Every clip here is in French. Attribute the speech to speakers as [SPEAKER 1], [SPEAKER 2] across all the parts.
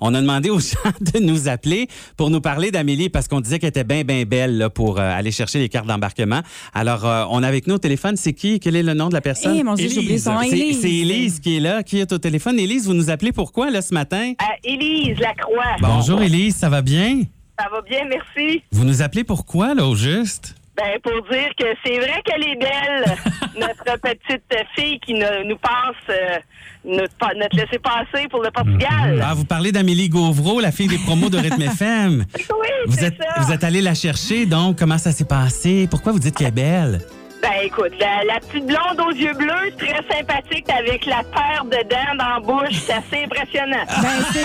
[SPEAKER 1] On a demandé aux gens de nous appeler pour nous parler d'Amélie parce qu'on disait qu'elle était bien, bien belle là, pour euh, aller chercher les cartes d'embarquement. Alors, euh, on a avec nous au téléphone, c'est qui? Quel est le nom de la personne?
[SPEAKER 2] Eh, mon Dieu, j'ai oublié
[SPEAKER 1] Élise.
[SPEAKER 2] son nom.
[SPEAKER 1] C'est-
[SPEAKER 2] Élise.
[SPEAKER 1] C'est Élise qui est là, qui est au téléphone. Élise, vous nous appelez pourquoi là ce matin?
[SPEAKER 3] À Élise Lacroix.
[SPEAKER 1] Bonjour Élise, ça va bien?
[SPEAKER 3] Ça va bien, merci.
[SPEAKER 1] Vous nous appelez pourquoi là au juste?
[SPEAKER 3] Ben, pour dire que c'est vrai qu'elle est belle, notre petite fille qui ne- nous passe, euh, notre, pa- notre laisser passer pour le Portugal.
[SPEAKER 1] Ah, vous parlez d'Amélie Gauvreau, la fille des promos de Rhythm FM.
[SPEAKER 3] Oui,
[SPEAKER 1] Vous
[SPEAKER 3] c'est
[SPEAKER 1] êtes,
[SPEAKER 3] ça.
[SPEAKER 1] vous êtes allé la chercher, donc comment ça s'est passé? Pourquoi vous dites qu'elle est belle?
[SPEAKER 3] Ben, écoute, la, la petite blonde aux yeux bleus, très sympathique, avec la paire de dents dans la bouche, c'est assez impressionnant.
[SPEAKER 1] Ah.
[SPEAKER 2] Ben, c'est-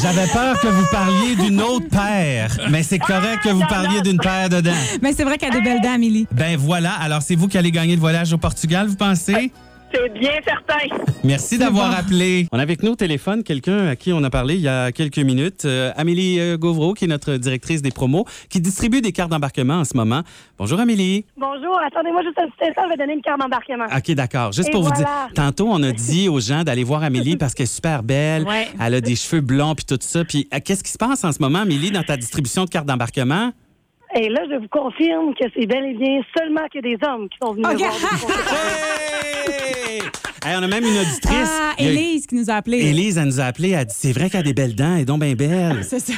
[SPEAKER 1] J'avais peur que vous parliez d'une autre paire, mais c'est correct que vous
[SPEAKER 2] Ah,
[SPEAKER 1] parliez d'une paire dedans.
[SPEAKER 2] Mais c'est vrai qu'elle a de belles dents, Amélie.
[SPEAKER 1] Ben voilà, alors c'est vous qui allez gagner le voyage au Portugal, vous pensez?
[SPEAKER 3] C'est bien certain.
[SPEAKER 1] Merci d'avoir
[SPEAKER 2] bon.
[SPEAKER 1] appelé. On a avec nous au téléphone quelqu'un à qui on a parlé il y a quelques minutes, euh, Amélie euh, Gauvreau, qui est notre directrice des promos, qui distribue des cartes d'embarquement en ce moment. Bonjour Amélie.
[SPEAKER 4] Bonjour, attendez-moi juste un petit instant, je vais donner une carte d'embarquement.
[SPEAKER 1] OK, d'accord. Juste
[SPEAKER 4] Et
[SPEAKER 1] pour vous
[SPEAKER 4] voilà.
[SPEAKER 1] dire, tantôt, on a dit aux gens d'aller voir Amélie parce qu'elle est super belle.
[SPEAKER 2] Ouais.
[SPEAKER 1] Elle a des cheveux blonds puis tout ça. Puis euh, qu'est-ce qui se passe en ce moment, Amélie, dans ta distribution de cartes d'embarquement?
[SPEAKER 4] Et là, je vous confirme que c'est bel et bien seulement que des hommes qui sont venus me
[SPEAKER 2] OK.
[SPEAKER 4] voir.
[SPEAKER 1] Hey! Hey, on a même une auditrice.
[SPEAKER 2] Ah,
[SPEAKER 1] Il y a-
[SPEAKER 2] Élise qui nous a appelés.
[SPEAKER 1] Élise, elle nous a appelé. Elle a dit C'est vrai qu'elle a des belles dents. Elle est donc bien belle.
[SPEAKER 2] C'est ça.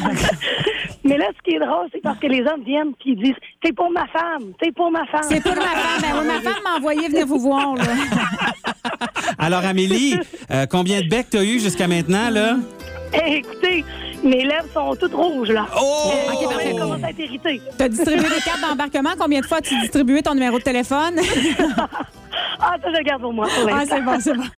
[SPEAKER 4] Mais là, ce qui est drôle, c'est parce que les hommes viennent puis ils disent C'est pour ma femme, c'est pour ma femme.
[SPEAKER 2] C'est pour ma femme. Ben, oui, ma femme m'a envoyé venir vous voir. là.
[SPEAKER 1] Alors, Amélie, euh, combien de becs t'as eu jusqu'à maintenant, là?
[SPEAKER 4] Eh, écoutez, mes lèvres sont toutes rouges, là.
[SPEAKER 1] Oh!
[SPEAKER 4] Euh, Elle commence à être irritée.
[SPEAKER 2] T'as distribué des cartes d'embarquement. Combien de fois as-tu distribué ton numéro de téléphone?
[SPEAKER 4] Ah, ça, je le garde pour moi. pour
[SPEAKER 2] Ah,
[SPEAKER 4] l'instant.
[SPEAKER 2] c'est bon, c'est bon.